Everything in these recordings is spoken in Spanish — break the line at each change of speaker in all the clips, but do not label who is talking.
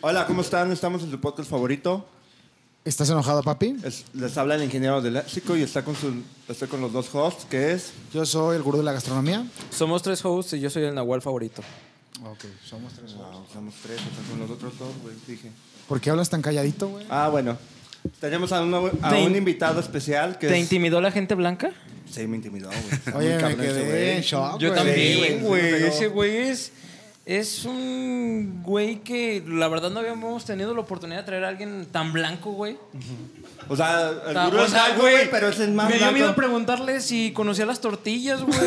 Hola, ¿cómo están? Estamos en su podcast favorito.
¿Estás enojado, papi?
Es- les habla el ingeniero de léxico y está con, su, está con los dos hosts, que es...
Yo soy el gurú de la gastronomía.
Somos tres hosts y yo soy el Nahual favorito.
Ok, somos tres.
Ah, somos tres, están con los otros dos, güey, dije.
¿Por qué hablas tan calladito, güey?
Ah, bueno. Tenemos a, una- a
Te in-
un invitado especial que
¿Te
es...
intimidó la gente blanca?
Sí, me intimidó, güey. Está muy
Oye, me
cabrón ese
quedé
güey.
en shock,
Yo
güey.
también,
Sí,
güey.
güey.
Ese güey es, es un güey que la verdad no habíamos tenido la oportunidad de traer a alguien tan blanco, güey.
O sea, el
Ta-
gurú
o
es
sea,
blanco, güey, pero ese es más
Me dio miedo
blanco.
preguntarle si conocía las tortillas, güey.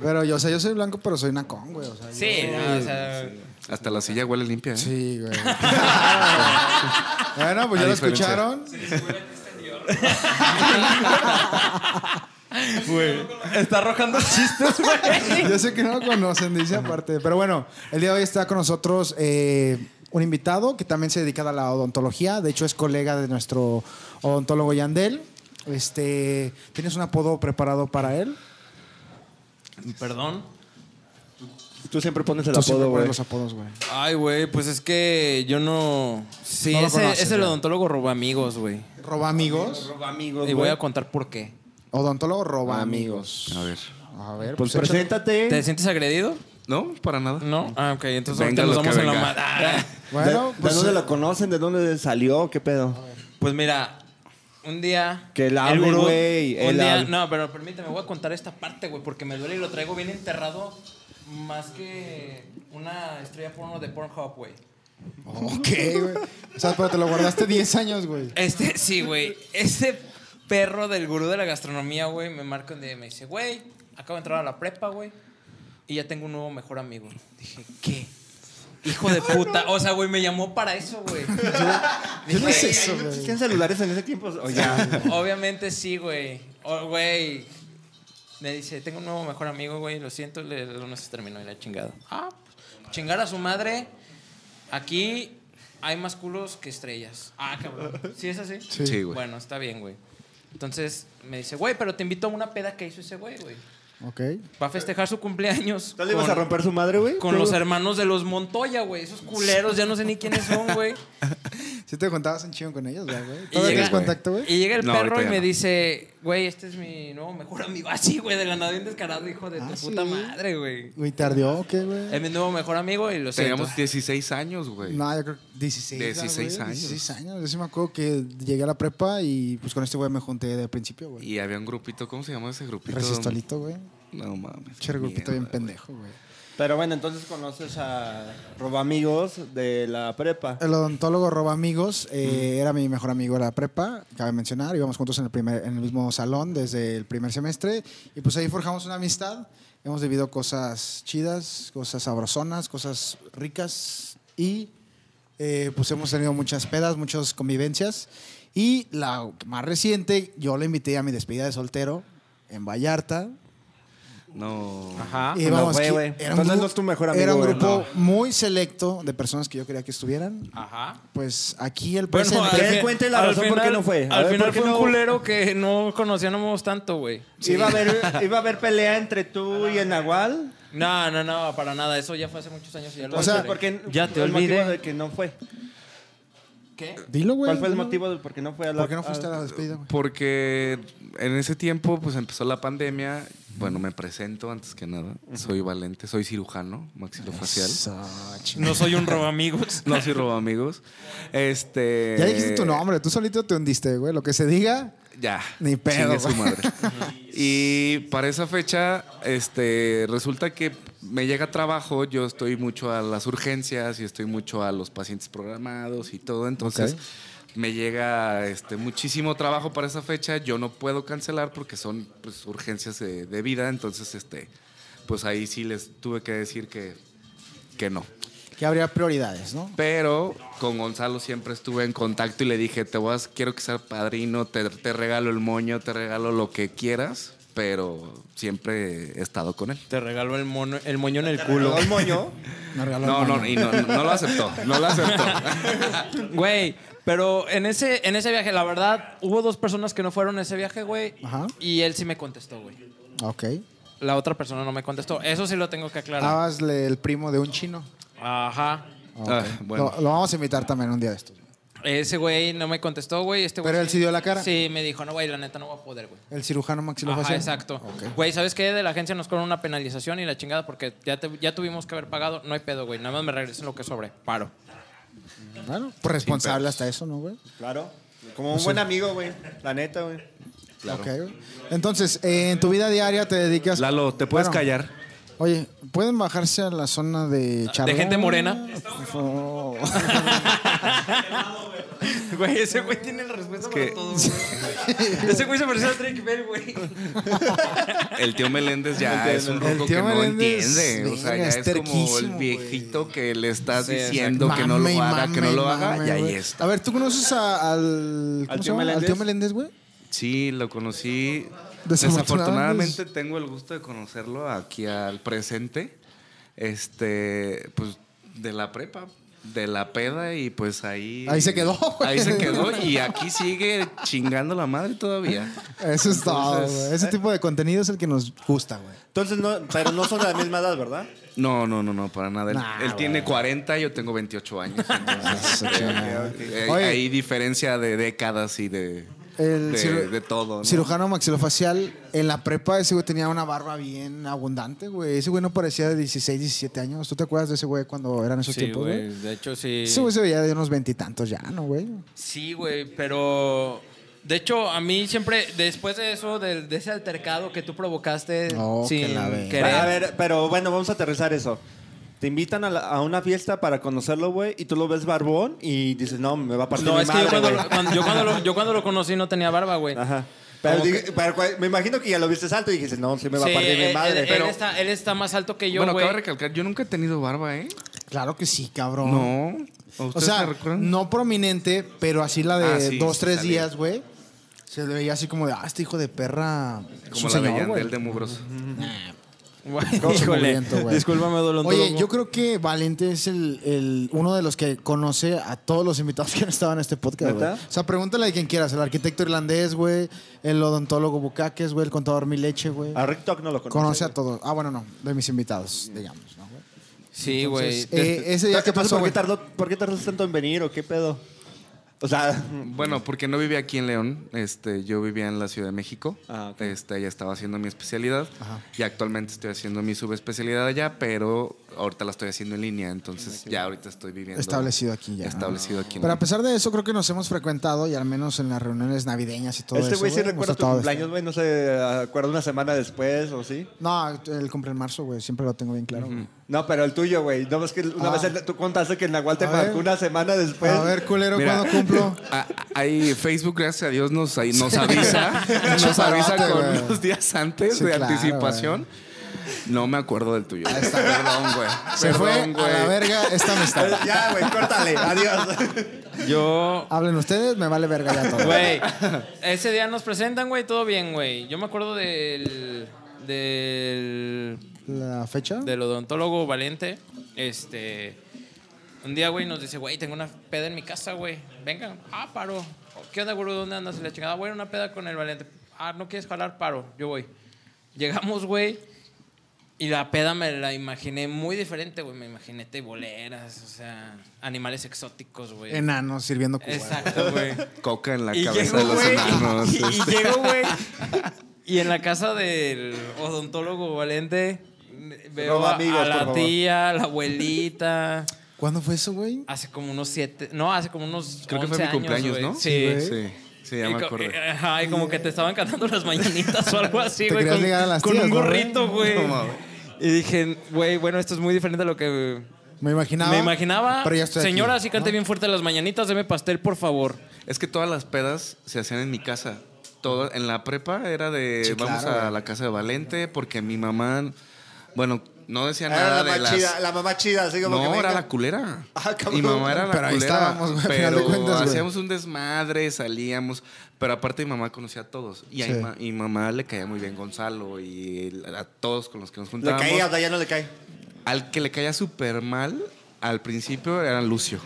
Pero yo, o sea, yo soy blanco, pero soy nacón, güey. O sea, yo-
sí, no, o sea...
Hasta la silla huele limpia, ¿eh?
Sí, güey. bueno, pues
A
ya lo
diferencia.
escucharon.
Está arrojando chistes, güey.
Yo sé que no lo conocen, dice aparte. Pero bueno, el día de hoy está con nosotros eh, un invitado que también se dedica a la odontología. De hecho, es colega de nuestro odontólogo Yandel. Este, ¿Tienes un apodo preparado para él?
Perdón.
Tú siempre pones el
Tú siempre
apodo,
pones
güey.
los apodos, güey.
Ay, güey, pues es que yo no... Sí,
No lo
ese,
conoces,
ese
ya.
odontólogo roba amigos, güey.
Roba amigos.
Roba amigos,
Y voy
güey.
a contar por qué.
Odontólogo roba amigos.
Amigos.
A ver.
A ver,
Pues
pues, échale.
preséntate.
¿Te sientes agredido?
No, para nada.
No. Ah, ok. Entonces
Venga
ahorita nos
lo que
vamos en la Ah,
venga.
madre.
Bueno,
¿De,
pues,
¿De dónde lo conocen? ¿De dónde salió? ¿Qué pedo?
Pues mira, un día...
Que el
el
hablo,
Bilbo-
güey,
Un
el
día...
hablo.
No, pero permíteme, voy a contar esta parte, güey, porque me duele y lo traigo bien enterrado más que una estrella porno de Pornhub, güey.
Ok, güey. O sea, pero te lo guardaste 10 años, güey.
Este, sí, güey. Este perro del gurú de la gastronomía, güey, me marca un día y me dice, güey, acabo de entrar a la prepa, güey, y ya tengo un nuevo mejor amigo. Dije, ¿qué? Hijo de puta. O sea, güey, me llamó para eso, güey.
¿Qué
Dije,
es eso, güey?
¿Existían celulares en ese tiempo? O ya.
Obviamente sí, güey. O- Güey. Me dice, tengo un nuevo mejor amigo, güey. Lo siento, le- el lunes se terminó y la chingada. Ah, pues, chingar a su madre. Aquí hay más culos que estrellas. Ah, cabrón. ¿Sí es así?
Sí.
Sí, güey.
Bueno, está bien, güey. Entonces me dice, güey, pero te invito a una peda que hizo ese güey, güey.
Ok.
Va a festejar su cumpleaños.
¿Tú le ibas
con-
a romper su madre, güey?
Con
¿Tú?
los hermanos de los Montoya, güey. Esos culeros, ya no sé ni quiénes son, güey.
Si te contabas un chingo con ellos, ¿verdad, güey.
Y
¿Todavía
llega-
tienes contacto, güey?
Y llega el
No,
perro
ahorita
y
ya
me
no.
dice, güey, este es mi nuevo mejor amigo. Así, güey, de la nada bien descarado, hijo de
Ah,
tu
sí.
puta madre, güey.
Güey, tardió, ¿o ¿qué,
Es
güey?
mi nuevo mejor amigo y lo siento.
Teníamos 16 años, güey.
No, yo creo que 16. ah,
16
güey,
años.
16 años. Yo sí me acuerdo que llegué a la prepa y pues con este güey me junté de principio, güey.
Y había un grupito, ¿cómo se llama ese grupito?
Resistolito, güey.
No mames.
Che,
qué
grupito bien
mierda,
pendejo, güey.
Pero bueno, entonces conoces a Robamigos de la prepa.
El odontólogo roba amigos. eh, Era mi mejor amigo de la prepa, cabe mencionar. Íbamos juntos en el, primer, en el mismo salón desde el primer semestre. Y pues ahí forjamos una amistad. Hemos vivido cosas chidas, cosas sabrosonas, cosas ricas. Y eh, pues hemos tenido muchas pedas, muchas convivencias. Y la más reciente, yo le invité a mi despedida de soltero en Vallarta.
güey. No.
Ajá.
Y
Ah, no
vamos,
fue,
que
güey.
era un
Entonces
gru-
no es tu mejor amigo.
Era un
güey.
grupo muy selecto de personas que yo quería que estuvieran.
Ajá.
Pues aquí el
Bueno,
presente.
al
que él
fin-
cuente la
al
razón por qué no fue. A
Al
ver,
final
¿por qué
fue un
no?
culero que no conocíamos tanto, güey.
Iba, a haber, iba a haber pelea entre tú y el Nahual.
No, no, no, para nada. Eso ya fue hace muchos años y ya lo
O sea,
olvidé.
¿por qué-
ya te
el motivo
olvidé.
de que no fue?
¿Qué?
Dilo, güey.
¿Cuál fue el
dilo.
motivo del por qué no fue a la
¿Por qué no fuiste a la despedida, güey?
Porque en ese tiempo, pues empezó la pandemia. Bueno, me presento antes que nada. Soy Valente, soy cirujano maxilofacial.
Esa chingada.
No soy un robamigos.
No soy robo amigos. Este.
Ya dijiste
Eh.
tu nombre, tú solito te hundiste, güey. Lo que se diga,
Ya.
Ni pedo,
Chingue su
güey.
madre. y para esa fecha, este, resulta que me llega trabajo. Yo estoy mucho a las urgencias y estoy mucho a los pacientes programados y todo. Entonces.
Ok.
Me llega este, muchísimo trabajo para esa fecha. Yo no puedo cancelar porque son pues, urgencias de, de vida. Entonces, este, pues ahí sí les tuve que decir que, que no.
que habría prioridades, ¿no?
Pero con Gonzalo siempre estuve en contacto y le dije, te vas, quiero que seas padrino, te, te regalo el moño, te regalo lo que quieras, pero siempre he estado con él.
Te regaló el, mono, el moño en el
culo?
culo.
¿El moño?
Me regaló
No,
el
no,
moño. Ah,
y no, no lo aceptó, no lo aceptó.
Güey, pero en ese, en ese viaje, la verdad, hubo dos personas que no fueron a ese viaje, güey.
Ajá.
Y él sí me contestó, güey.
Ok.
La otra persona no me contestó. Eso sí lo tengo que aclarar.
Hazle el primo de un chino.
Ajá.
Ah, bueno.
Lo, lo vamos a invitar también un día de estos.
Ese güey no me contestó, güey. Este güey
Pero él sí dio la cara.
Sí, me dijo, no, güey, la neta no voy a poder, güey.
El cirujano maxilofacial.
Ajá, exacto.
Ok.
Güey, ¿sabes qué? De la agencia nos cobró una penalización y la chingada porque ya, te- ya tuvimos que haber pagado. No hay pedo, güey. Nada más me regresen lo que sobre. Paro.
Bueno, pues responsable hasta eso, ¿no, güey?
Claro. Como un buen amigo, güey. La neta, güey.
Ok, güey. Entonces, eh, en tu vida diaria te dedicas.
Lalo, ¿te puedes
Bueno,
callar?
Oye, ¿pueden bajarse a la zona de Charlón?
gente morena.
Por favor.
Güey, ese güey tiene la respuesta
que-
para todo, güey. ese güey se pareció a Drake Bell, güey.
El tío Meléndez ya es un
El
roco
tío
que no
Meléndez,
entiende. O sea,
verga,
ya
es
es como el
terquísimo, güey.
viejito que le estás
Sí,
diciendo que no
Mame y
lo haga, que no
mame y
lo haga,
mame,
y ahí
güey.
está.
A ver, ¿tú conoces a- al.
tío
¿cómo se llama?
Meléndez?
¿Al tío Meléndez, güey?
Sí, lo conocí.
Desafortunadamente.
Desafortunadamente tengo el gusto de conocerlo aquí al presente. Este, pues de la prepa, de la peda y pues ahí.
Ahí se quedó, güey.
Ahí se quedó y aquí sigue chingando la madre todavía.
Eso es todo,
Entonces,
güey. Ese tipo de contenido es el que nos gusta, güey.
Entonces, no, pero no son de la misma edad, ¿verdad?
No, no, no, no, para nada. Él,
Nah, Ah,
él tiene 40, yo tengo 28 años. entonces, eh,
Oye.
hay, hay diferencia de décadas y de,
El
de,
ciru-
de todo. ¿no?
Cirujano maxilofacial. En la prepa ese güey tenía una barba bien abundante, güey. Ese güey no parecía de 16, 17 años. ¿Tú te acuerdas de ese güey cuando eran esos tiempos, güey?
De hecho, sí.
Ese güey se veía de unos veintitantos ya, ¿no, güey?
Sí, güey, pero. De hecho, a mí siempre, después de eso, del- de, ese altercado que tú provocaste
Oh, que
sin
la ve.
querer.
A ver, pero bueno, vamos a aterrizar eso. Te invitan a, la- a una fiesta para conocerlo, güey, y tú lo ves barbón y dices, no, me va a partir
no,
mi
es que
madre,
yo, cuando,
güey".
lo- cuando- yo, cuando lo, yo cuando lo conocí no tenía barba, güey.
Ajá. Pero,
Como
digo- pero cua- me imagino que ya lo viste alto y dijiste, no, sí me va
Sí,
a partir
él-
mi madre.
él,
pero
él está, él está más alto que yo,
bueno,
güey.
cabe recalcar, yo nunca he tenido barba, ¿eh?
Claro que sí, cabrón.
No. ¿A
O
ustedes me
sea,
recuerdan?
no prominente, pero así la de
Ah, sí,
dos,
sí
tres
salía.
días, güey. Se le veía así como de, ah, este hijo de perra. es
Como
un
la
señor,
de
güey".
Yandel de Mugros.
Todo
Güey,
mugriento, güey.
Discúlpame, odontólogo.
Oye, yo creo que Valente es el, el- uno de los que conoce a todos los invitados que han estado en este podcast, güey.
¿Neta?
O sea, pregúntale a quien quieras. El arquitecto irlandés, güey. El odontólogo Bucaques, güey. El contador Mileche, güey.
Ah,
a Rick Talk no lo conoce.
Conoce a todos. Ah, bueno, no. De mis invitados, digamos, ¿no, güey?
Sí, güey.
Entonces, eh, ese día que
Entonces,
pasó,
¿por, qué
güey.
tardó, ¿Por qué tardas tanto en venir o qué pedo? O sea,
Bueno, porque no vivía aquí en León, este, yo vivía en la Ciudad de México,
Ah, ok.
este, ya estaba haciendo mi especialidad
Ajá.
y actualmente estoy haciendo mi subespecialidad allá, pero ahorita la estoy haciendo en línea,
Ah,
entonces ya ahorita estoy viviendo
Establecido aquí ya.
establecido aquí. en-
Pero pues, a pesar de eso, creo que nos hemos frecuentado y al menos en las reuniones navideñas y todo eso.
este güey sí
güey, hemos
recuerda tu
tratado de
cumpleaños, güey, no se acuerda una semana después o sí.
estar- No, el cumple en marzo, güey. Siempre lo tengo bien claro. güey.
No, pero el tuyo, güey. No ves que una
Ah.
vez el- tú contaste que el Nahual te
A
marcó
ver.
una semana después.
a ver, culero,
Mira.
¿cuándo cumplo?
Ah, Ahí Facebook, gracias a Dios, nos, ahí nos avisa, nos avisa
parote,
con
güey.
unos días antes
Sí,
de
claro,
anticipación. No me acuerdo del tuyo.
está.
Perdón, güey.
Se
Perdón,
fue a la
güey.
verga esta amistad.
Ya, güey, córtale. Adiós.
Yo
Hablen ustedes, me vale verga ya todo.
Güey, ese día nos presentan, güey, todo bien, güey. Yo me acuerdo del, del,
¿La fecha?
del odontólogo Valente. Este, un día, güey, nos dice, güey, tengo una peda en mi casa, güey. Venga, ah, paro. ¿Qué onda, güey? ¿Dónde andas? Y la chingada, güey, una peda con el Valente. Ah, ¿no quieres jalar? Paro, yo voy. Llegamos, güey. Y la peda me la imaginé muy diferente, güey. Me imaginé teiboleras, o sea, animales exóticos, güey.
Enanos sirviendo cuba.
Exacto, güey
Coca en la
y
cabeza
llego,
de los
güey,
enanos. este.
y- y llego, güey. Y en la casa del odontólogo Valente veo
Roba
a,
amigos,
a
por
la
favor.
tía, a la abuelita.
¿Cuándo fue eso, güey?
Hace como unos siete, no, hace como unos.
Creo que fue
11
mi cumpleaños,
años,
¿no?
güey. Sí.
Sí, sí, ya
Y
me
co-
acordé.
eh, Ajá, y como que te estaban cantando las mañanitas o algo así,
Te
güey.
querías
Con,
ligar a las
con
tías,
un
¿no, güey?
gorrito, güey.
No mames.
y dije, güey, bueno, esto es muy diferente a lo que
Me imaginaba.
me imaginaba.
Pero ya estoy
Señora,
aquí,
sí cante
¿no?
bien fuerte las mañanitas, deme pastel, por favor.
Es que todas las pedas se hacían en mi casa. Todo, en la prepa era de
Sí,
vamos
claro,
a
güey.
la casa de Valente porque mi mamá, bueno, no decía
Era la
nada
mamá
de las...
chida, la mamá chida, así como que
No,
venga.
era la culera.
Ah, cabrón.
mi mamá era la
Pero ahí
culera.
estábamos, güey, al final
pero
de cuentas, güey.
hacíamos un desmadre, salíamos. Pero aparte mi mamá conocía a todos. Y a
Sí.
mi, ma- y mamá le caía muy bien Gonzalo y a todos con los que nos
Le
juntábamos.
caía, o sea, ya no le cae.
Al que le caía súper mal al principio era Lucio.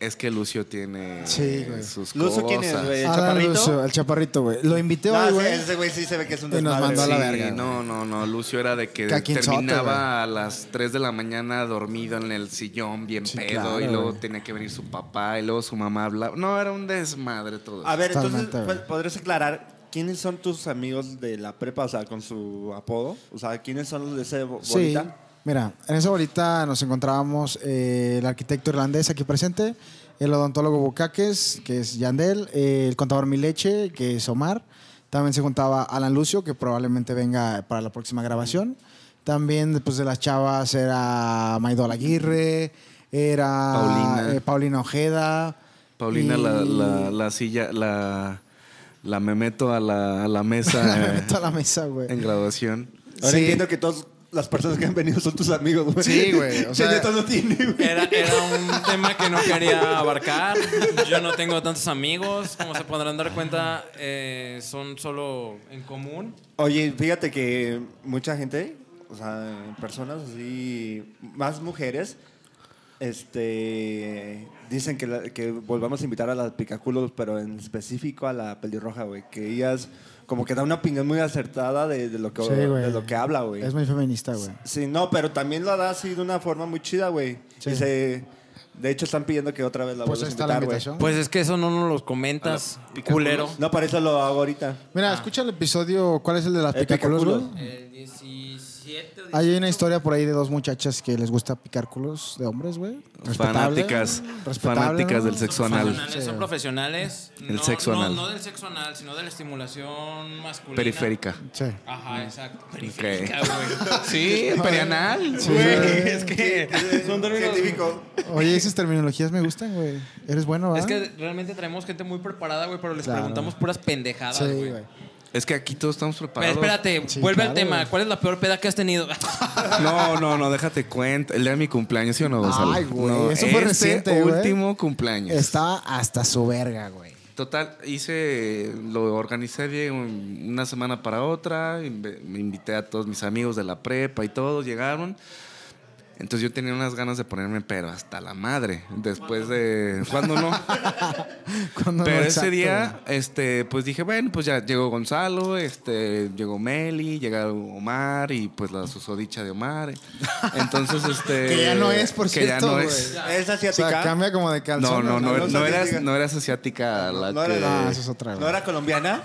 Es que Lucio tiene
Sí, güey.
sus
¿Lucio
cosas.
quién es, güey? ¿El
Adán
chaparrito?
Lucio, Ah, pues, el chaparrito, güey. Lo invité
Ah,
hoy,
sí,
güey.
ese güey sí se ve que es un
Y nos
desmadre.
mandó a la
sí.
verga. güey.
no, no, no. Lucio era de que
Caquinzote,
terminaba a las 3 de la mañana dormido en el sillón, bien
Sí,
pedo,
claro,
y luego
güey.
tenía que venir su papá, y luego su mamá hablaba. No, era un desmadre todo.
A ver, entonces,
Totalmente, güey.
¿pod- ¿podrías aclarar quiénes son tus amigos de la prepa, o sea, con su apodo? O sea, ¿quiénes son los de ese bo-
Sí.
bolita?
Mira, en esa bolita nos encontrábamos eh, el arquitecto irlandés aquí presente, el odontólogo Bucaques, que es Yandel, eh, el contador Mileche, que es Omar. También se juntaba Alan Lucio, que probablemente venga para la próxima grabación. También después de las chavas era Maidol Aguirre, era
Paulina.
eh, Paulina Ojeda.
Paulina,
y-
la, la- la silla, la, la me meto a la, a la mesa
la
eh,
meto a la mesa, güey.
en graduación.
Ahora
Sí.
entiendo que todas las personas que han venido son tus amigos, güey.
Sí, güey, o
O
sea-
sea, no tiene, güey.
Era, era un tema que no quería abarcar. Yo no tengo tantos amigos. Como se podrán dar cuenta, eh, son solo en común.
Oye, fíjate que mucha gente, o sea, personas así, más mujeres, este, dicen que, la- que volvamos a invitar a las picaculos, pero en específico a la pelirroja, güey, que ellas como que da una opinión muy acertada de, de lo, que,
Sí, güey.
de lo que habla, güey.
Es muy feminista, güey.
Sí, no, pero también lo da así de una forma muy chida, güey.
Sí.
Y se- de hecho, están pidiendo que otra vez la
Pues ahí
vuelvas
está
a
la
invitar, güey.
invitación.
Pues es que eso no nos lo comentas, culero.
No, para eso lo hago ahorita.
Mira,
Ah.
escucha el episodio, ¿cuál es el de las
El
picaculos,
picaculos.
güey?
El 17 o
Hay una historia por ahí de dos muchachas que les gusta picar culos de hombres, güey. Respetable,
Fanáticas,
respetable,
fanáticas
¿no?
del sexo
Son
anal.
profesionales, son profesionales.
El
no,
sexo
no-
anal.
No, del sexo anal, sino de la estimulación masculina.
Periférica.
Sí.
Ajá, exacto. Periférica, güey.
Sí, perianal.
Sí.
es que son términos...
Científico.
Oye, esas terminologías me gustan, güey. Eres bueno, ¿verdad?
Es que realmente traemos gente muy preparada, güey, pero les
Claro.
preguntamos puras pendejadas,
Sí,
güey.
güey.
Es que aquí todos estamos
Pero
preparados.
espérate,
Sí,
vuelve al
claro,
tema.
güey.
¿Cuál es la peor peda que has tenido?
No, no, no, déjate cuenta. El día de mi cumpleaños, ¿sí o no, Gonzalo?
Ay, güey,
No,
eso fue
ese
reciente, güey.
último cumpleaños.
Está hasta su verga, güey.
Total, hice, lo organicé de un- una semana para otra, inve- me invité a todos mis amigos de la prepa y todos llegaron. Entonces yo tenía unas ganas de ponerme, pero hasta la madre, después de... ¿Cuándo no?
Cuando no
Pero ese
exacto,
día, este, pues dije, bueno, pues ya llegó Gonzalo, este, llegó Meli, llega Omar y pues la susodicha de Omar. Entonces, este.
Que ya no es, por
que ya
cierto,
no
güey.
es.
Es
güey. O sea,
asiática.
cambia como de
No,
calzón.
no, no,
no,
no,
no,
eras,
diga.
no eras asiática la
No
que-
era
Ah,
la-
eso es otra,
¿No
güey.
era colombiana?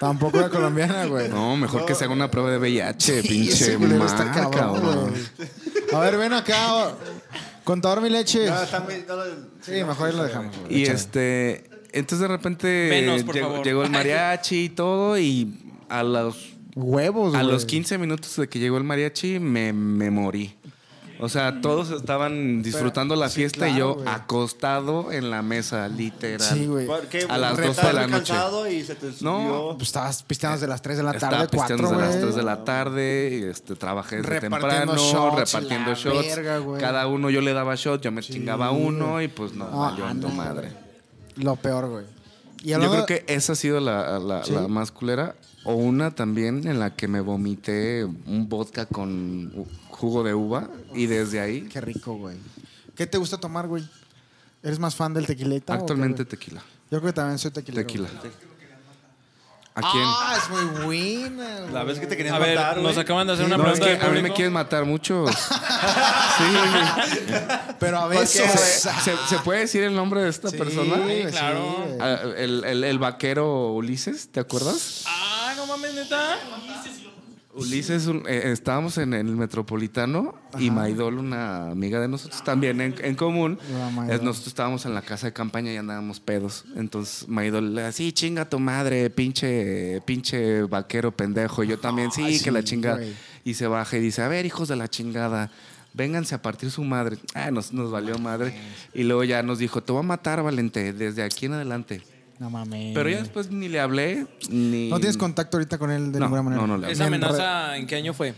Tampoco era colombiana, güey.
No, mejor que se haga una prueba de VIH, pinche
Ese culero está
marca,
cabrón,
cabrón.
güey. A ver, ven acá. o- Contador mi leche.
No, está muy. no lo-
Sí, mejor ahí lo dejamos. güey.
Y
Échale.
este, entonces de repente
Menos, por
llegó,
favor.
llegó el mariachi y todo y a los
Huevos,
A
güey.
los 15 minutos de que llegó el mariachi, me, me morí. O sea, todos estaban disfrutando la
sí,
fiesta y
claro,
yo
güey.
acostado en la mesa, literal.
Sí, güey.
¿Por qué?
A las
Porque
dos de
estabas
la
muy
noche.
cansado y se te subió.
No,
Pues estabas pisteando desde las 3 de la
Estaba
tarde, 4,
pisteando a las 3 de
güey.
la tarde, y, este, trabajé desde
Repartiendo
temprano,
shots,
repartiendo
la
shots.
verga, güey.
Cada uno yo le daba shot, yo me chingaba uno y pues no,
No,
valió
ah,
ando
no,
madre.
Lo peor, güey. Y
Yo
hablando
creo que esa ha sido la, la,
Sí.
la más culera. O una también en la que me vomité un vodka con u- jugo de uva y desde ahí
Qué rico, güey. ¿Qué te gusta tomar, güey? ¿Eres más fan del tequileta? o qué,
Actualmente
güey?
tequila.
Yo creo que también soy tequilero.
Tequila.
güey.
¿A quién?
Ah, es muy buena, güey.
La vez que te querían
A ver,
matar, güey.
nos acaban de
Sí,
hacer una
no, es
pregunta del
que a mí me
público.
quieren matar muchos. sí.
Pero a
qué,
veces...
güey?
¿Se, se puede decir el nombre de esta
Sí,
persona?
güey, sí,
claro.
güey.
Ah, el, el- el vaquero Ulises, ¿te acuerdas?
Ah, no mames, neta.
Ulises, un- eh, estábamos en el Metropolitano y Maidol, una amiga de nosotros también en, en común,
Ah, Maidol.
es- nosotros estábamos en la casa de campaña y andábamos pedos. Entonces Maidol, así chinga tu madre, pinche, pinche vaquero pendejo. Y yo también, sí,
Ay,
que la
sí,
chinga.
güey.
Y se baja y dice, a ver, hijos de la chingada, vénganse a partir su madre. Ah, nos, nos valió madre. Y luego ya nos dijo, te voy a matar, Valente, desde aquí en adelante.
No mames.
Pero ya después ni le hablé, ni...
¿No tienes contacto ahorita con él de
No,
ninguna manera?
no, no le hablo.
¿Esa
Ni en re-
amenaza en qué año fue?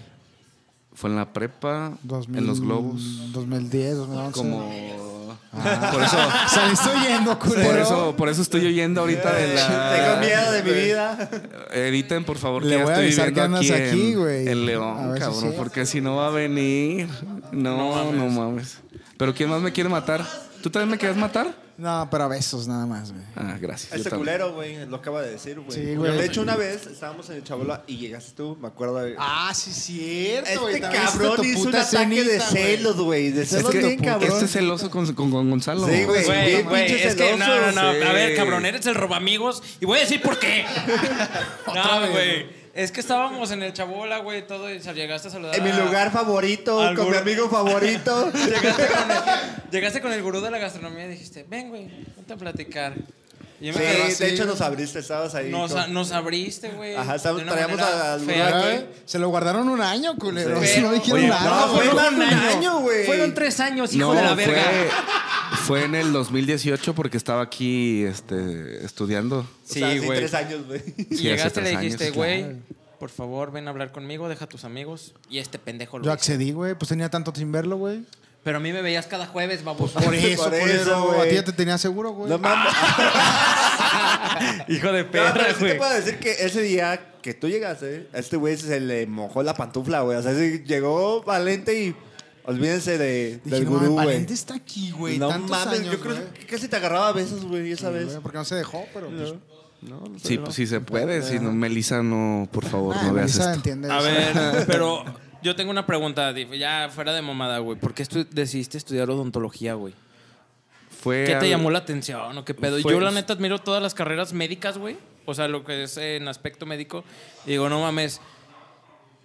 Fue en la prepa,
2000,
en los globos.
2010, 2011.
Como. Ah, Por eso.
Saliste oyendo, culero.
Por eso, por eso estoy oyendo ahorita de
Eh, Tengo miedo
la.
de mi vida.
Editen, por favor, que
Le
ya
voy a
estoy
avisar
viviendo
que andas
aquí,
aquí,
en,
güey.
en
A
León,
ver si
cabrón,
sí.
porque si no va a venir. No, no mames. Pero ¿quién más me quiere matar? ¿Tú también me quieres matar?
No, pero a besos nada más, güey.
Ah, gracias. yo
Este
también.
culero, güey, lo acaba de decir, güey.
Sí, güey.
De hecho, una vez estábamos en el Chabola y llegaste tú, me acuerdo. de-
Ah, sí, cierto,
este cabrón hizo un ataque de celos, güey. De
Es
celos
que
bien cabrón.
este es el oso con, con- con Gonzalo.
Sí, güey.
Güey,
Bien
güey,
pinche
es que no, no,
celoso.
no. A ver,
Sí.
cabrón, eres el robamigos y voy a decir por qué.
Otra
no,
vez.
güey. Es que estábamos en el Chabola, güey, todo y llegaste a saludar.
En mi
a-
lugar favorito,
Al
con mi
burro.
amigo favorito.
Llegaste con, el, llegaste con el gurú de la gastronomía y dijiste, ven, güey, vente a platicar. Y yo
Sí,
me quedé así.
de hecho nos abriste, estabas ahí.
nos,
con-
a- nos abriste, güey.
Ajá,
de una
traíamos
manera
al
fea,
gurú
güey.
aquí.
¿Eh? Se lo guardaron un año, culero.
Sí.
Si no dijeron
Oye,
nada,
no,
güey.
fue
fueron
un año, güey.
Fueron tres años, hijo
no,
de la verga.
Fue, fue en el 2018 porque estaba aquí este, estudiando.
o sea,
Sí, güey.
tres años, güey.
Y
Sí,
llegaste
hace
y le
tres
dijiste,
años,
güey,
claro.
por favor, ven a hablar conmigo, deja a tus amigos. Y este pendejo lo
Yo
hizo.
accedí, güey. Pues tenía tanto sin verlo, güey.
Pero a mí me veías cada jueves, baboso.
Por eso,
Por
por
eso,
eso,
güey.
A ti ya te tenía seguro, güey.
No mames.
Hijo de
No, pero
perra,
sí te
güey.
puedo decir que ese día que tú llegaste, a este güey se le mojó la pantufla, güey. O sea, sí, llegó valente y olvídense de,
Dije,
del
no mames,
gurú, güey.
Valente está aquí, güey.
No
tantos
mames,
años,
yo creo
güey.
que casi te agarraba a besos, güey, esa vez.
Güey, Porque no se dejó, pero... pues,
Sí, pues, sí se puede. Si no, Melissa, no, por favor,
ah,
no veas
Melissa
esto.
entiende
A
eso.
ver, pero yo tengo una pregunta, Dif, ya fuera de mamada, güey. ¿Por qué estu- decidiste estudiar odontología, güey?
Fue
¿Qué te
al-
llamó la atención o qué pedo?
Fue-
Yo, la neta, admiro todas las carreras médicas, güey. O sea, lo que es eh, en aspecto médico. Y digo, no mames,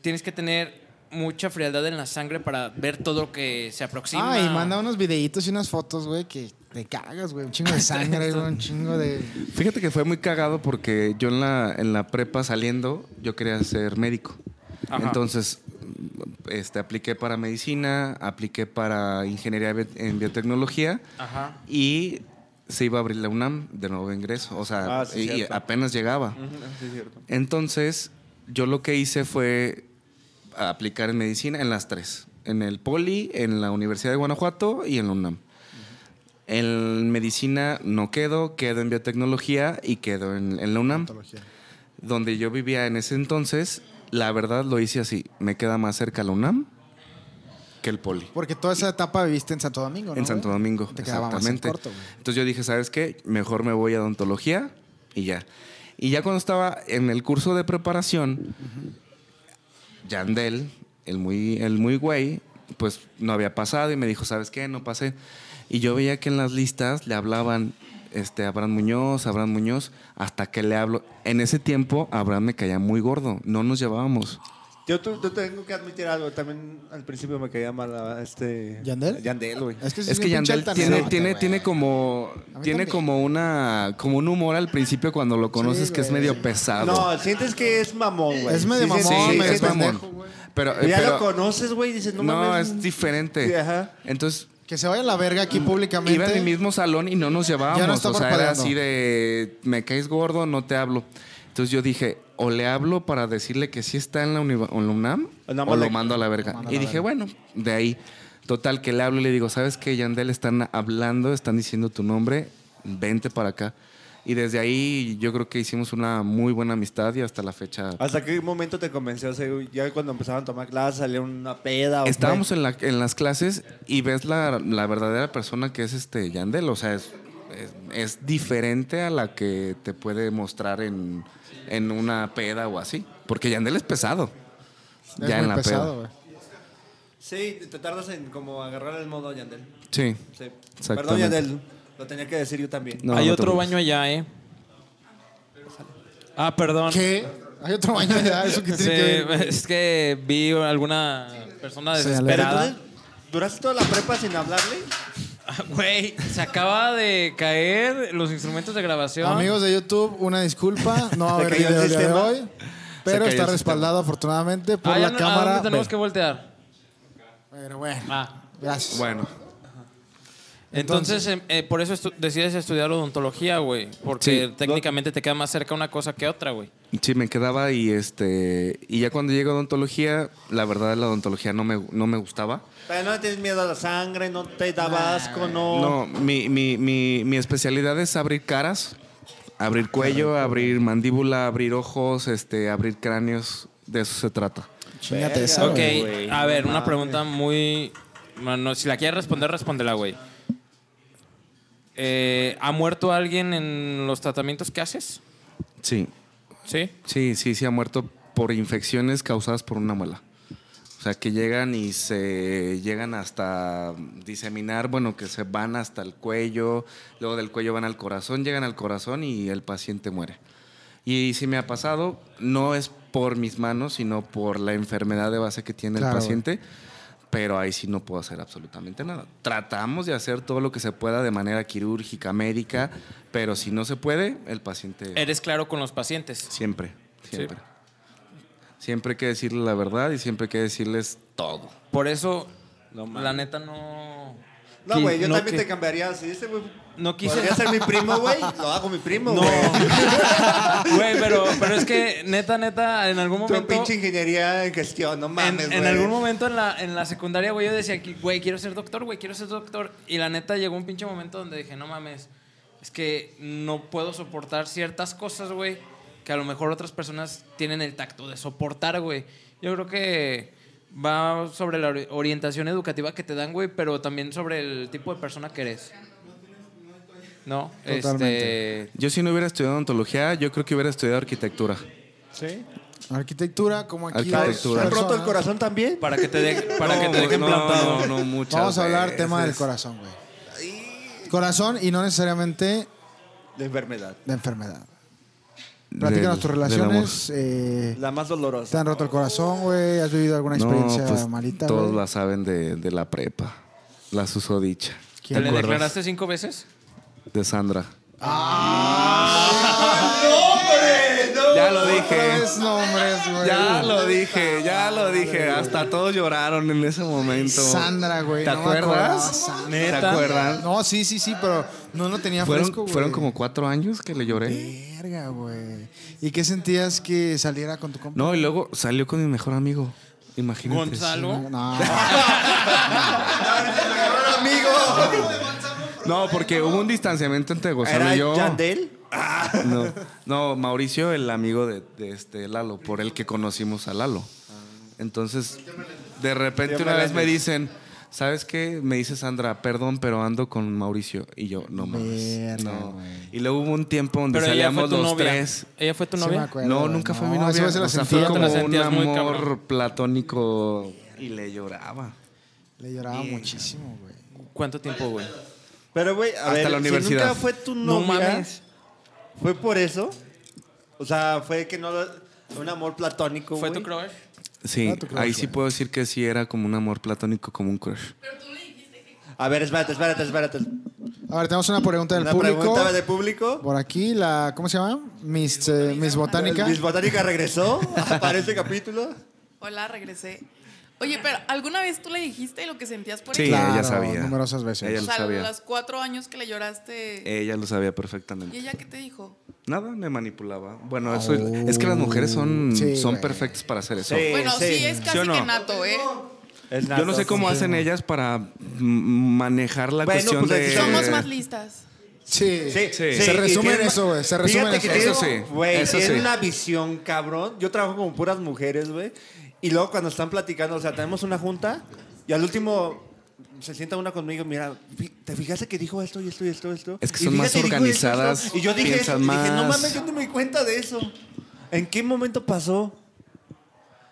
tienes que tener mucha frialdad en la sangre para ver todo lo que se aproxima.
Ah, y manda unos videitos y unas fotos, güey, que te cagas, güey. Un chingo de sangre, güey. Un chingo de...
Fíjate que fue muy cagado porque yo en la, en la prepa saliendo, yo quería ser médico.
Ajá.
Entonces, mm, este, apliqué para medicina, apliqué para ingeniería bi- en biotecnología
Ajá.
y se iba a abrir la UNAM de nuevo ingreso. O sea,
Ah, sí,
y- y
cierto.
apenas llegaba.
Sí, es cierto.
Entonces, yo lo que hice fue aplicar en medicina en las tres. En el Poli, en la Universidad de Guanajuato y en la UNAM. En medicina no quedo, quedo en biotecnología y quedo en, en la UNAM. Donde yo vivía en ese entonces, la verdad lo hice así. Me queda más cerca la UNAM que el Poli.
Porque toda esa etapa viviste en Santo Domingo, ¿no?
En Santo
güey?
Domingo.
Te quedaba más en
exactamente.
corto, güey.
Entonces yo dije, ¿sabes qué? Mejor me voy a odontología y ya. Y ya cuando estaba en el curso de preparación, Yandel, el muy, el muy güey, pues no había pasado y me dijo, ¿sabes qué? No pasé. Y yo veía que en las listas le hablaban este, Abraham Muñoz, Abraham Muñoz, hasta que le hablo. En ese tiempo, Abraham me caía muy gordo. No nos llevábamos.
Yo, tu- yo tengo que admitir algo. También al principio me caía mal a este.
¿Yandel?
Yandel, güey.
que sí
Es que
bien pinche
Yandel
altanero,
tiene,
güey.
tiene, tiene como
A mí
tiene
también.
como una como un humor al principio cuando lo conoces que es
güey.
medio pesado.
No, sientes que es mamón, güey.
Es medio
Sí,
mamón,
sientes-
sí,
medio
es
sientes-
mamón.
pendejo, güey.
Pero, eh,
Ya
pero-
lo conoces, güey, y dices, no,
no,
mames.
es
Sí,
diferente.
ajá.
Entonces
Que se vaya a la verga aquí públicamente.
iba en el mismo salón y no nos llevábamos.
Ya no está
o sea, era
parpadeando.
así de me caes gordo, no te hablo. Entonces yo dije, o le hablo para decirle que sí está en la, uni- en la UNAM,
O nada
o
más
lo
le-
mando a la verga. y dije, bueno, de ahí. Total, que le hablo y le digo, ¿sabes qué, Yandel? Están hablando, están diciendo tu nombre, vente para acá. Y desde ahí yo creo que hicimos una muy buena amistad y hasta la fecha.
¿Hasta qué momento te convenció? O sea, ya cuando empezaban a tomar clases, salía una peda. o qué?
Estábamos en, la- en las clases y ves la, la verdadera persona que es este Yandel. O sea, es, es- es diferente a la que te puede mostrar en, en una peda o así. Porque Yandel es pesado.
Es muy pesado, güey.
Sí, te tardas en como agarrar el modo, Yandel.
Sí.
Sí.
Exactamente.
Perdón, Yandel. Lo tenía que decir yo también.
No,
Hay
no te
otro
preocupes.
baño allá, ¿eh? Ah, perdón.
¿Qué? Hay otro baño allá, eso que
Sí,
tiene que ver.
es que vi alguna persona
Sí,
Pero
desesperada.
entonces, ¿duraste toda la prepa sin hablarle?
Güey, se acaba de caer los instrumentos de grabación.
Amigos de YouTube, una disculpa, no va a
Se
haber
cayó el
video el día de
sistema.
hoy,
cayó
pero
el
está
sistema.
respaldado afortunadamente por
Ah, ya
la
no- ¿a
cámara.
dónde tenemos
B.
que voltear?
Pero bueno,
Ah.
gracias.
Bueno,
Entonces, em, eh, por eso estu- decides estudiar odontología, güey. Porque
Sí.
técnicamente te queda más cerca una cosa que otra, güey.
sí, me quedaba y este. Y ya cuando llego a odontología, la verdad la odontología no me, no me gustaba.
Pero no tienes miedo a la sangre, no te daba asco, no.
No, mi, mi, mi, mi especialidad es abrir caras, abrir cuello, abrir mandíbula, abrir ojos, este, abrir cráneos. De eso se trata.
Chingate esa,
Ok,
güey.
güey.
a ver, una
Mames.
pregunta muy... Bueno, si la quieres responder, respóndela, güey. eh, ¿ha muerto alguien en los tratamientos que haces?
Sí,
Sí.
sí, sí, sí ha muerto por infecciones causadas por una muela. O sea, que llegan y se llegan hasta diseminar, bueno, que se van hasta el cuello, luego del cuello van al corazón, llegan al corazón y el paciente muere. Y si me ha pasado, no es por mis manos, sino por la enfermedad de base que tiene
Claro.
el paciente, pero ahí sí no puedo hacer absolutamente nada. Tratamos de hacer todo lo que se pueda de manera quirúrgica, médica, pero si no se puede, el paciente...
¿Eres claro con los pacientes?
Siempre,
Sí.
siempre. Siempre hay que decirles la verdad y siempre hay que decirles todo.
Por eso,
No mames.
la neta no...
No, güey, yo
no
también
que-
te cambiaría. Si este güey
No quise-
podría ser mi primo, güey, lo hago mi primo,
No.
güey.
Güey, pero, pero es que neta, neta, en algún
Tu
momento...
pinche ingeniería en gestión, no
En,
mames,
en
güey.
algún momento en la, en la secundaria, güey, yo decía, aquí, güey, quiero ser doctor, güey, quiero ser doctor. Y la neta llegó un pinche momento donde dije, no mames, es que no puedo soportar ciertas cosas, güey, que a lo mejor otras personas tienen el tacto de soportar, güey. Yo creo que va sobre la ori- orientación educativa que te dan, güey, pero también sobre el tipo de persona que eres. No,
Totalmente.
este...
Yo si no hubiera estudiado ontología, yo creo que hubiera estudiado arquitectura.
Sí. Arquitectura, como aquí.
¿Te
otras
Arquitectura.
han roto el
personas.
corazón también?
Para que te, de- para que te
No,
dejen
no,
plantado.
No, no, muchas
Vamos a hablar tema del
veces.
corazón, güey. Corazón y no necesariamente
De enfermedad.
de enfermedad. Platícanos tus
Del- del
relaciones. eh,
La más dolorosa.
¿Te han roto el corazón, güey? ¿Has vivido alguna
amor.
experiencia
No, pues,
malita,
Todos
güey?
la saben de, de la prepa. La susodicha.
¿Quién?
¿Te
¿Te
le
acuerdas?
declaraste cinco veces?
De Sandra. ya lo
Otra
dije.
vez nombres, güey.
Ya lo dije, ya lo dije. Hasta todos lloraron en ese momento.
Sandra, güey.
¿Te
no me acordaba,
acuerdas?
Sandra.
¿Te
Neta.
acuerdas?
No, sí, sí, sí, pero no lo tenía
Fueron,
fresco, güey.
fueron como cuatro años que le lloré.
Verga, güey. ¿Y qué sentías que saliera con tu compa?
No, y luego salió con mi mejor amigo. Imagínate.
Gonzalo.
No.
amigo!
No, porque hubo un distanciamiento entre Gonzalo
¿Era
y Pues yo.
Yandel?
No, no, Mauricio, el amigo de, de este Lalo, por el que conocimos a Lalo. Entonces, de repente una vez me dicen, ¿sabes qué? Me dice Sandra, perdón, pero ando con Mauricio. Y yo, no mames.
Verga,
No.
güey.
Y luego hubo un tiempo donde
Pero ella fue
salíamos
tu
los
novia.
tres.
Ella fue tu
Sí me
novia.
acuerdo,
no,
güey,
nunca fue
no,
mi
esa
novia.
vez se la
o sea,
sentía, te
fue como
la
un
sentías muy
amor
cabrón.
platónico y le lloraba.
Ah, Le lloraba muchísimo, güey.
¿Cuánto tiempo, güey?
Pero, güey, a
Hasta
ver,
la
si
universidad.
nunca fue tu
No
novia,
mames.
¿fue por eso? O sea, fue que no... Un amor platónico,
¿Fue
güey.
tu crush?
Sí,
Ah, tu crush,
ahí sí
güey.
puedo decir que sí era como un amor platónico, como un crush.
A ver, espérate, espérate, espérate.
A ver, tenemos una pregunta del
Una
público.
pregunta de público.
Por aquí, la. ¿Cómo se llama? Miss, eh, Miss Botánica.
Miss Botánica regresó para este capítulo.
Hola, regresé. Oye, pero ¿alguna vez tú le dijiste lo que sentías por
Sí,
ella?
Claro,
ella sabía.
numerosas veces.
Ella
O
lo
sea,
sabía. Eh,
los cuatro años que le lloraste.
Ella lo sabía
¿Y
perfectamente.
ella qué te dijo?
Nada, me manipulaba. Bueno, eso es que las
Oh.
mujeres son,
Sí,
son
güey.
perfectas para hacer eso.
Sí,
bueno, sí, es casi
eh, ¿Sí o no?
que nato, ¿eh?
Yo no sé cómo hacen ellas para mm, manejar la
Bueno,
cuestión
pues,
de...
Eh,
Somos más listas.
Sí.
Sí, sí.
Se
y
resume en
tienen-
eso, güey, se resume
Fíjate
en
que
eso.
tienen-
Eso sí,
Güey,
eso
tienen
sí.
una visión, cabrón. Yo trabajo con puras mujeres, güey. Y luego cuando están platicando, o sea, tenemos una junta y al último se sienta una conmigo, mira, fi- ¿te fijaste que dijo esto y esto y esto y esto?
Es que
Y
son más
fíjate, dijo esto, esto.
organizadas,
Y yo dije, eso,
piensan
y dije, no
más.
mames, yo no me di cuenta de eso. ¿En qué momento pasó?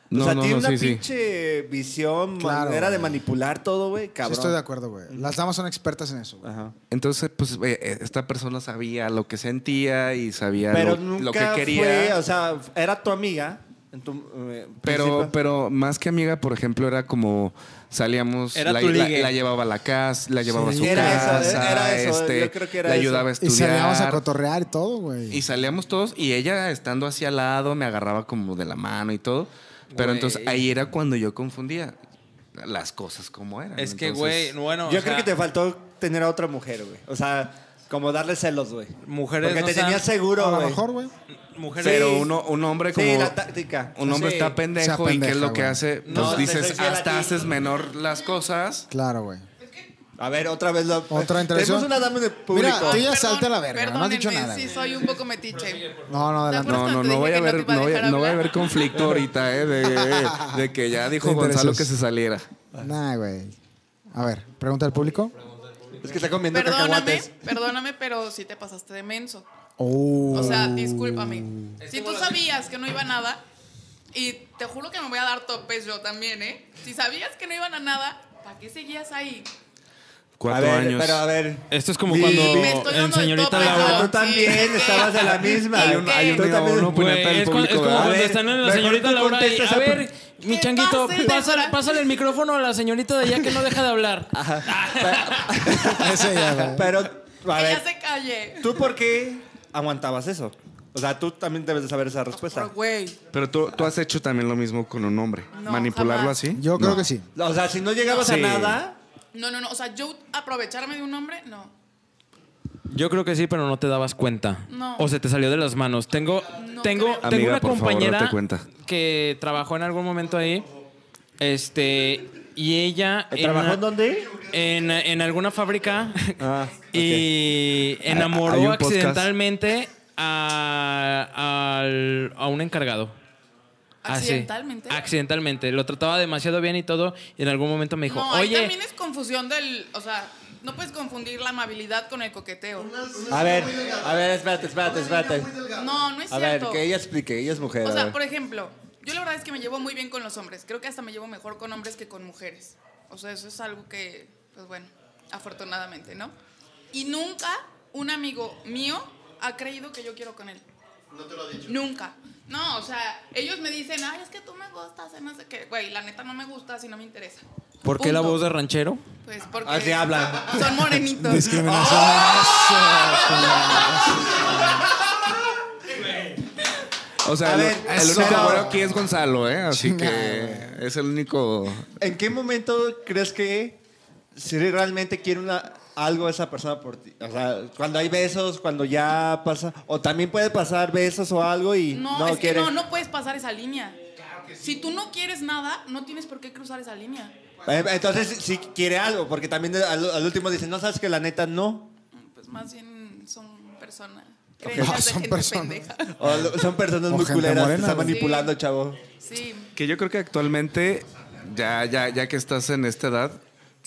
No,
o sea,
no,
tiene
no,
una
sí, sí.
pinche visión,
Claro,
manera de
güey.
manipular todo, güey, cabrón.
Sí, estoy de acuerdo, güey. Las damas son expertas en eso, güey.
Ajá.
Entonces, pues, eh, eh, esta persona sabía lo que sentía y sabía
Pero
lo,
nunca
lo que quería.
fue, o sea, era tu amiga. en tu, eh,
Pero,
principal.
pero más que amiga, por ejemplo, era como salíamos,
Era
la,
tu
la-
ligue.
la llevaba a la casa, la llevaba
Sí.
a su
Era eso,
casa,
era eso,
este,
yo creo que era
la
eso.
ayudaba a
Y
estudiar.
salíamos a cotorrear y todo, güey.
Y salíamos todos y ella estando así al lado me agarraba como de la mano y todo. Pero
Güey.
entonces ahí era cuando yo confundía las cosas como eran.
Es que,
Ah, Entonces,
güey, bueno. o
Yo
sea,
creo que te faltó tener a otra mujer, güey. O sea, como darle celos, güey.
Mujeres
Porque
no
te
saben-
tenías
A
seguro,
lo
güey.
mejor, güey.
Mujeres.
Pero uno, un hombre como...
Sí, la táctica.
Un hombre
Sí.
está
Se
pendejo y
apendeja,
qué es lo que
güey.
hace. Pues
No, te soy
dices,
fiel a
hasta
ti.
haces menor las cosas.
Claro, güey.
A ver, otra vez la...
Otra interacción.
Tenemos una dama en el público.
Mira, tú ya
Ah, Perdón,
salte a la verga. No has dicho
perdónenme,
nada.
Sí,
güey.
soy un poco metiche.
No, no, adelante.
Por
No,
eso
no,
te
no
dije
voy a
que no te
ver,
iba a
no voy a-
dejar
no voy a
hablar.
ver conflicto ahorita, ¿eh? De, de que ya dijo
Te
Gonzalo
interesas.
que se saliera.
Nah, güey. A ver, pregunta al público.
Es que está comiendo
Perdóname,
cacahuates.
perdóname, pero sí te pasaste de menso.
Oh.
O sea, discúlpame. Si
como
tú
la-
sabías que no iban a nada, y te juro que me voy a dar topes yo también, ¿eh? Si sabías que no iban a nada, ¿para qué seguías ahí?
A
Cuatro
ver,
años.
pero a ver.
Esto es como
Sí,
cuando
me
estoy
en
dando de
Señorita
tope,
Ah,
Laura.
tú también estabas de la misma.
Hay un- hay un-
Tú también-
uno-
Güey,
Opinata del
es, cu- es
público,
como
¿verdad?
cuando
A ver,
están en la
mejor
señorita
tú
Laura y,
contestas
a
a-
ver, mi
¿Qué
changuito,
pasa,
pásale,
Débora?
pásale el micrófono a la señorita de allá que no deja de hablar.
Ese ya, güey.
Pero, a
Que
ver,
ya se calle.
¿tú por qué aguantabas eso? O sea, tú también debes de saber esa respuesta.
Pero, güey.
Pero tú, tú has hecho también lo mismo con un hombre.
No,
Manipularlo
jamás.
así.
Yo creo
No.
que sí.
O sea, si no llegabas a
Sí.
nada,
No, no, no. O sea, yo aprovecharme de un hombre, no.
Yo creo que sí, pero no te dabas cuenta.
No.
O se te salió de las manos. Tengo,
No
tengo,
creo.
tengo
Amiga,
una
por favor,
compañera
date cuenta.
que trabajó en algún momento ahí. Este, y ella. en
¿trabajó
una-
en dónde?
En, en alguna fábrica.
Ah,
Y enamoró
Hay un podcast.
accidentalmente a, al- a un encargado. Así.
¿Accidentalmente?
Accidentalmente. Lo trataba demasiado bien y todo. Y en algún momento me dijo,
no, ahí
oye.
también es confusión del. O sea, no puedes confundir la amabilidad con el coqueteo.
A ver, a ver, espérate, espérate, espérate.
No, no es
A ver,
cierto.
que ella explique, ella es mujer.
O
a
sea,
ver.
por ejemplo, yo la verdad es que me llevo muy bien con los hombres. Creo que hasta me llevo mejor con hombres que con mujeres. O sea, eso es algo que, pues bueno, afortunadamente, ¿no? Y nunca un amigo mío ha creído que yo quiero con él. No te lo ha dicho. Nunca. No, o sea, ellos me dicen, ay, es que tú me gustas, eh, no sé qué. Güey, la neta no me gusta, si no me interesa.
¿Por qué la
Punto.
voz de Ah, ranchero?
Pues porque.
Así hablan.
Son morenitos.
Discriminación.
O sea,
A
lo-
ver,
el
eso.
único güero aquí es Gonzalo, ¿eh? Así
Chingada.
que es el único.
¿En qué momento crees que si realmente quiere una, algo esa persona por ti? O sea, cuando hay besos, cuando ya pasa. O también puede pasar besos o algo y
No,
no,
es
quiere.
que no, no puedes pasar esa línea. Si tú no quieres nada, no tienes por qué cruzar esa línea.
Eh, Entonces, si quiere algo, porque también al, al último dicen, no sabes que la neta no.
Pues más bien son personas.
Ah,
Creencias de
son
gente
personas.
pendeja.
O lo- son personas
O
muy
gente
culeras, te
morena,
están
güey.
manipulando, chavo.
Sí.
Que yo creo que actualmente, ya, ya, ya que estás en esta edad,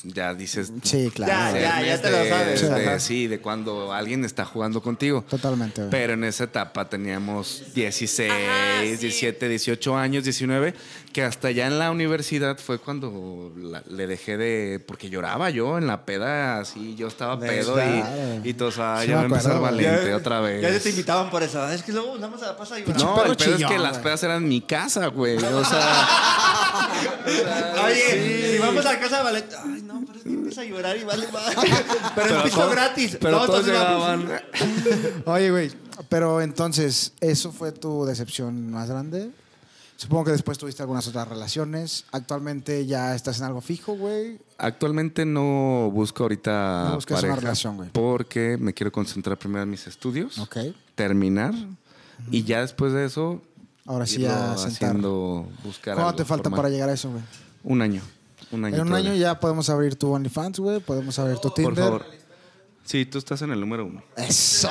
ya dices.
Sí, Ah, claro.
Ya, ya, ya te lo
de-
sabes.
de-
Ajá.
sí, de cuando alguien está jugando contigo.
Totalmente, güey.
Pero en esa etapa teníamos 16,
Ajá, sí.
17, 18 años, 19, que hasta ya en la universidad fue cuando la- le dejé de. Porque lloraba yo en la peda, así, yo estaba
Neta.
pedo y, y todos, ah,
Sí me
ya va a empezar
acuerdo, güey.
valiente otra vez.
Ya te invitaban por eso. Es que luego nada más se la pasa ahí.
Pinche
No,
perro
el pedo es
chillón,
que las
güey.
pedas eran mi casa, güey. O sea,
Oye, si vamos a casa de Valente. Ay, no, pero es que empieza a llorar y vale más. Pero, es piso
todo-
gratis.
Pero
no,
todos
entonces vamos.
llegaban.
Oye, güey, pero entonces, ¿eso fue tu decepción más grande? Supongo que después tuviste algunas otras relaciones. Actualmente ya estás en algo fijo, güey.
Actualmente no busco ahorita
No buscas una
pareja
relación, güey.
porque me quiero concentrar primero en mis estudios,
Ok.
terminar y ya después de eso
Ahora sí
irlo
a sentar.
haciendo buscar
¿Cuánto
algo
te falta
formal.
para llegar a eso, güey?
Un año. Un año
En un
todavía.
año ya podemos abrir tu OnlyFans, güey. Podemos abrir tu
Por
Tinder.
favor. Sí, tú estás en el número uno.
Eso.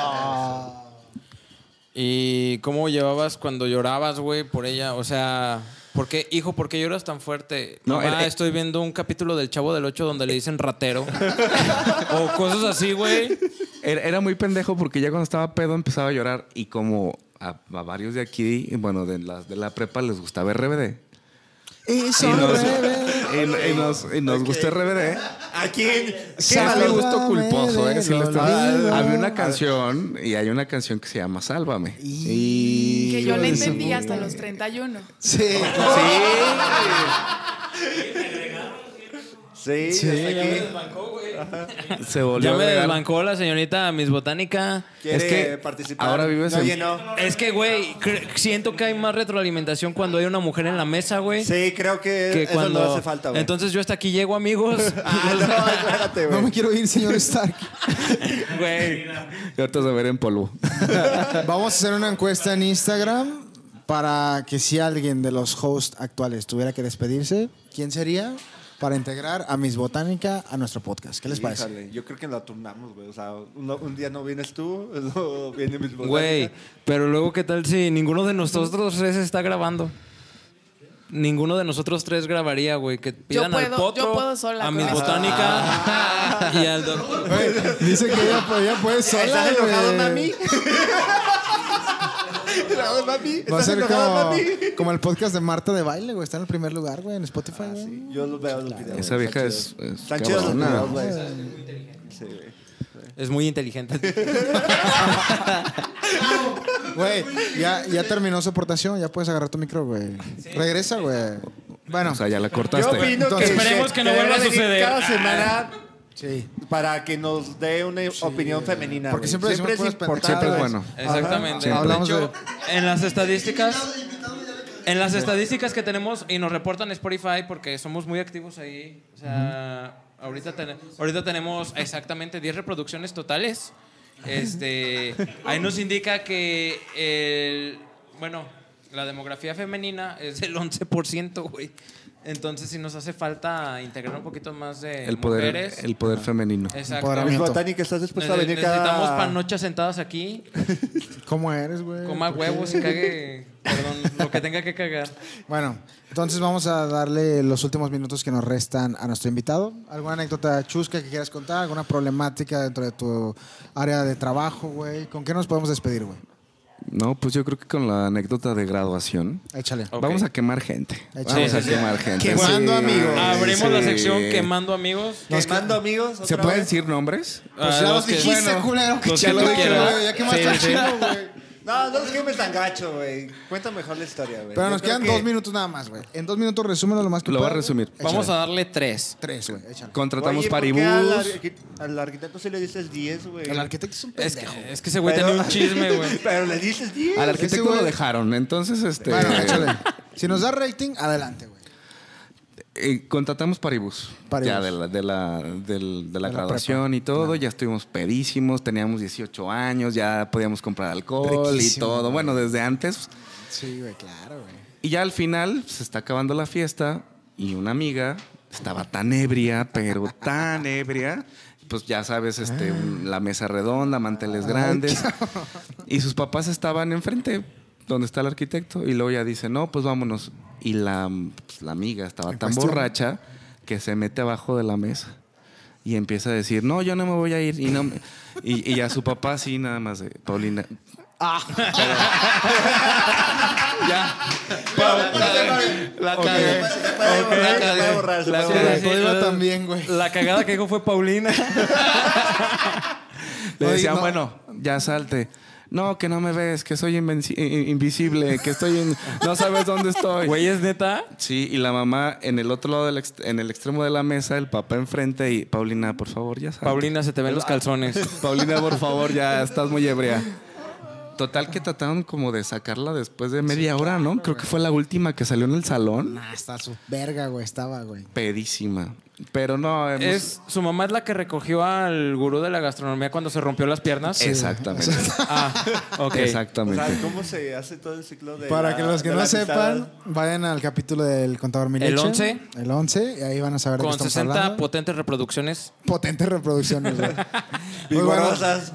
¿Y cómo llevabas cuando llorabas, güey, por ella? O sea, ¿por qué, hijo, por qué lloras tan fuerte?
No,
No,
eh,
Mamá,
el- el-
estoy viendo un capítulo del Chavo del Ocho donde le dicen ratero. o cosas así, güey.
Era, era muy pendejo porque ya cuando estaba pedo empezaba a llorar y como a, a varios de aquí, bueno, de la, de la prepa les gustaba RBD.
Eso,
y nos,
bebé.
y- y nos- y nos gustó RBD.
¿A quién?
Sí,
¿Qué
Salva-
me
valor?
gusto culposo,
Sálvame
¿eh? Sí,
del
le
olvido.
estaba- Había una canción y hay una canción que se llama Sálvame. Y...
Que yo la entendí hasta los 31.
Sí.
Sí,
Sí,
hasta
ya
aquí.
Se volvió
Ya me
a agregar.
desbancó la señorita Miss Botánica.
¿Quiere
Es que
participar?
ahora vives
no,
en-
Oye, no.
Es que, güey, cre- siento que hay más retroalimentación cuando hay una mujer en la mesa, güey.
Sí, creo que,
Que
eso
cuando...
no hace falta, güey.
Entonces yo hasta aquí llego, amigos.
Ah, no, espérate,
No me
güey.
quiero ir, señor Stark.
Güey.
Y ahorita se ver en polvo.
Vamos a hacer una encuesta en Instagram para que si alguien de los hosts actuales tuviera que despedirse, ¿quién sería? Para integrar a Miss Botánica a nuestro podcast. ¿Qué les parece?
Híjole, yo creo que la turnamos, güey. O sea, uno- un día no vienes tú, no viene mis
Güey, pero luego, ¿qué tal si ninguno de nosotros tres está grabando? ninguno de nosotros tres grabaría, güey. Que pidan al
puedo-
potro,
yo puedo sola
a
con Ah.
mi
eso.
botánica y al doctor.
Dice que ella, pues, ella puede sola,
¿Estás enojado,
güey.
mami? ¿Enojado, mami?
Va a
¿Estás
ser
enojado,
como,
mami?
como el podcast de Marta de baile, güey. Está en el primer lugar, güey, en Spotify,
Ah,
güey.
Yo los veo los videos.
Esa
güey,
vieja
están
es-
chidos.
es
Están chidos los
cabrona.
videos, güey. Sí, güey.
Es muy inteligente.
Güey, ya, ya terminó su aportación, ya puedes agarrar tu micro, güey. Regresa, güey. Bueno,
O sea, ya la
Yo
cortaste.
opino
Entonces,
que
esperemos que no
debería
vuelva a
venir
suceder.
Cada semana
sí.
para que nos dé una opinión femenina.
Porque
güey.
siempre decimos puras pendejadas.
güey.
Siempre es
Exactamente.
Ajá. Hablamos
de hecho, en las estadísticas. En las estadísticas que tenemos y nos reportan Spotify porque somos muy activos ahí. O sea, ahorita, ten- ahorita tenemos exactamente 10 reproducciones totales. Este, ahí nos indica que el, bueno, la demografía femenina es del 11%, güey. Entonces, si nos hace falta integrar un poquito más de
El poder,
mujeres. Ah.
el poder femenino.
Exacto.
Miss
Empoderamiento.
Botánica, ¿estás dispuesta Pues, a
Nece-
venir cada...?
Necesitamos panochas sentadas aquí,
¿Cómo eres, güey?
coma
¿Por qué?
huevos y cague, perdón, lo que tenga que cagar.
Bueno, entonces vamos a darle los últimos minutos que nos restan a nuestro invitado. ¿Alguna anécdota chusca que quieras contar? ¿Alguna problemática dentro de tu área de trabajo, güey? ¿Con qué nos podemos despedir, güey?
No, pues yo creo que con la anécdota de graduación.
Échale.
Vamos a quemar gente.
Échale.
Vamos a
Sí, sí, sí.
quemar gente.
Quemando amigos.
Abrimos la
Sí.
sección quemando amigos.
Nos mando amigos.
¿Se
otra
pueden
vez?
decir nombres?
Pues
Ah,
ya
los
los
que-
dijiste,
bueno,
culero. Que
los
ya
que
lo
tú
dije,
quieras.
güey. Ya que más
Sí, sí.
chido, güey.
No, no los quemes tan gacho, güey. Cuenta mejor la historia, güey.
Pero
Yo
nos
creo
quedan
que-
dos minutos nada más, güey. En dos minutos resúmelo lo más que
Lo voy a
puedas,
resumir.
güey.
Vamos a
Échale.
darle tres.
Tres, güey. Échale.
Contratamos
Oye, ¿por qué
paribus.
Al, arqui- al arquitecto sí le dices 10, güey.
El arquitecto es un
Es
pendejo.
que, es que ese güey
Pero-
tenía un chisme, güey.
Pero le dices 10.
Al
Ese
arquitecto
güey-
lo dejaron. Entonces, este.
Bueno, échale. Si nos da rating, adelante, güey.
eh, contratamos paribus.
Paribus.
Ya de la, de la, del- de la
De la
graduación y todo. Ya estuvimos pedísimos. Teníamos 18 años. Ya podíamos comprar alcohol
Riquísimo,
y todo.
güey.
Bueno, desde antes.
Sí, güey, claro, güey.
Y ya al final se está acabando la fiesta y una amiga estaba tan ebria, pero tan ebria. Pues ya sabes,
Ah.
este, un- la mesa redonda, manteles grandes. Y sus papás estaban enfrente, donde está el arquitecto. Y luego ya dice, no, pues vámonos. Y la, pues, la amiga estaba
En
tan
cuestión.
borracha que se mete abajo de la mesa. Y empieza a decir, no, yo no me voy a ir. Y, no me- y, y a su papá sí, nada más de, Paulina.
La
Ok,
cagué.
Se puede borrar, se puede borrar, se
La
puede
cagué.
borrar.
sí, todo iba
la-
tan bien, güey.
La cagada que dijo fue Paulina.
Le
Oye,
decía,
no.
bueno, ya salte. No, que no me ves, que soy invenci- i- invisible, que estoy en... No sabes dónde estoy.
Güey, es neta.
Sí, y la mamá en el otro lado, del ex- en el extremo de la mesa, el papá enfrente y Paulina, por favor, ya salte.
Paulina, se te ven los calzones.
Paulina, por favor, ya estás muy ebria. Total que trataron como de sacarla después de media hora, ¿no? Creo que fue la última que salió en el salón.
Nah, está su verga, güey. Estaba, güey.
Pedísima. Pero no, hemos-
Es, su mamá es la que recogió al gurú de la gastronomía cuando se rompió las piernas.
Exactamente.
Ah, ok.
O
Exactamente.
sea, ¿cómo se hace todo el ciclo de
Para
la-
que los que
de
no
la amistad?
sepan, vayan al capítulo del contador Mileche.
El 11.
El 11, y ahí van a saber de qué
Con
estamos
60
hablando.
potentes reproducciones.
potentes reproducciones, güey. Pues bueno,
Vigorosas.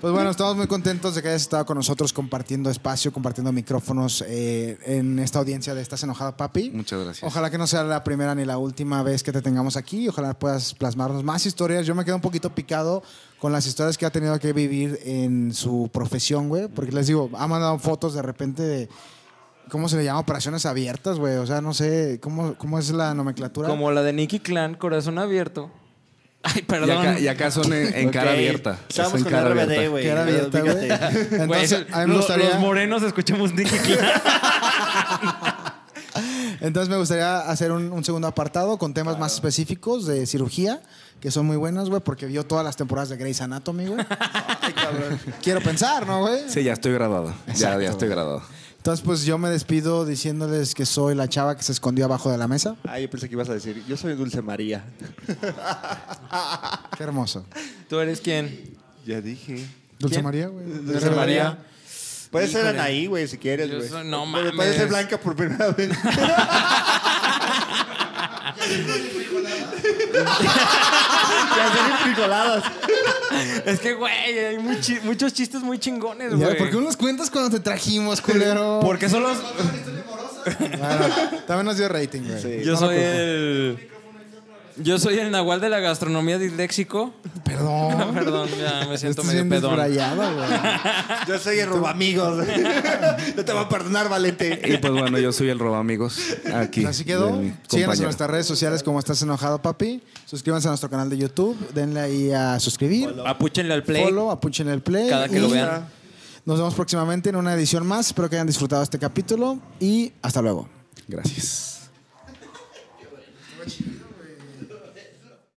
Pues bueno, estamos muy contentos de que hayas estado con nosotros compartiendo espacio, compartiendo micrófonos eh, en esta audiencia de Estás enojado, papi.
Muchas gracias.
Ojalá que no sea la primera ni la última vez que te tengamos aquí. Ojalá puedas plasmarnos más historias. Yo me quedo un poquito picado con las historias que ha tenido que vivir en su profesión, güey. Porque les digo, ha mandado fotos de repente de... ¿Cómo se le llama? Operaciones abiertas, güey. O sea, no sé cómo, cómo es la nomenclatura.
Como la de Nicky Clan, corazón abierto. Ay,
Y
perdón.
acá, y acá son en, en cara
Ok.
abierta.
Estábamos
Es en
con
cara
RBD,
abierta.
güey.
Que era abierta, güey.
Fíjate.
Güey,
Entonces, a mí me
lo-
gustaría...
Los morenos escuchamos Nicky Clan.
Entonces me gustaría hacer un, un segundo apartado con temas más específicos de cirugía, que son muy buenas, güey, porque vio todas las temporadas de Grey's Anatomy, güey. Quiero pensar, ¿no, güey?
Sí, ya estoy graduado.
Exacto,
ya, ya estoy
güey.
graduado.
Entonces, pues yo me despido diciéndoles que soy la chava que se escondió abajo de la mesa.
Ah, yo pensé que ibas a decir, yo soy Dulce María.
Qué hermoso.
¿Tú eres quién?
Ya dije.
Dulce
¿Quién?
María, güey.
Dulce María. Puede ser Anaí, güey, si quieres,
Yo
güey.
soy- no
Puede- Puede
mames.
ser Blanca por primera vez. Ya hacen frijoladas.
Es que, güey, hay muchi- muchos chistes muy chingones,
Ya,
güey.
¿Por qué unos cuentas cuando te trajimos, culero?
Porque son los...
Bueno, también nos dio rating, güey.
Sí.
Yo
No me
soy
preocupo.
el. Yo soy el Nahual de la gastronomía disléxico.
Perdón.
Perdón, ya me siento
Ah. Estoy
medio
siendo
pedón.
desbrayado, güey.
Yo soy el amigos. no te va a perdonar, Valente.
Y pues bueno, yo soy el roba amigos aquí.
Así quedó.
de mi
Síguenos en
compañero.
nuestras redes sociales como Estás Enojado, papi. Suscríbanse a nuestro canal de YouTube. Denle ahí a suscribir.
Apúchenle al play.
Follow, apunchen el play.
Cada que
y
lo vean.
Nos vemos próximamente en una edición más. Espero que hayan disfrutado este capítulo y hasta luego.
Gracias.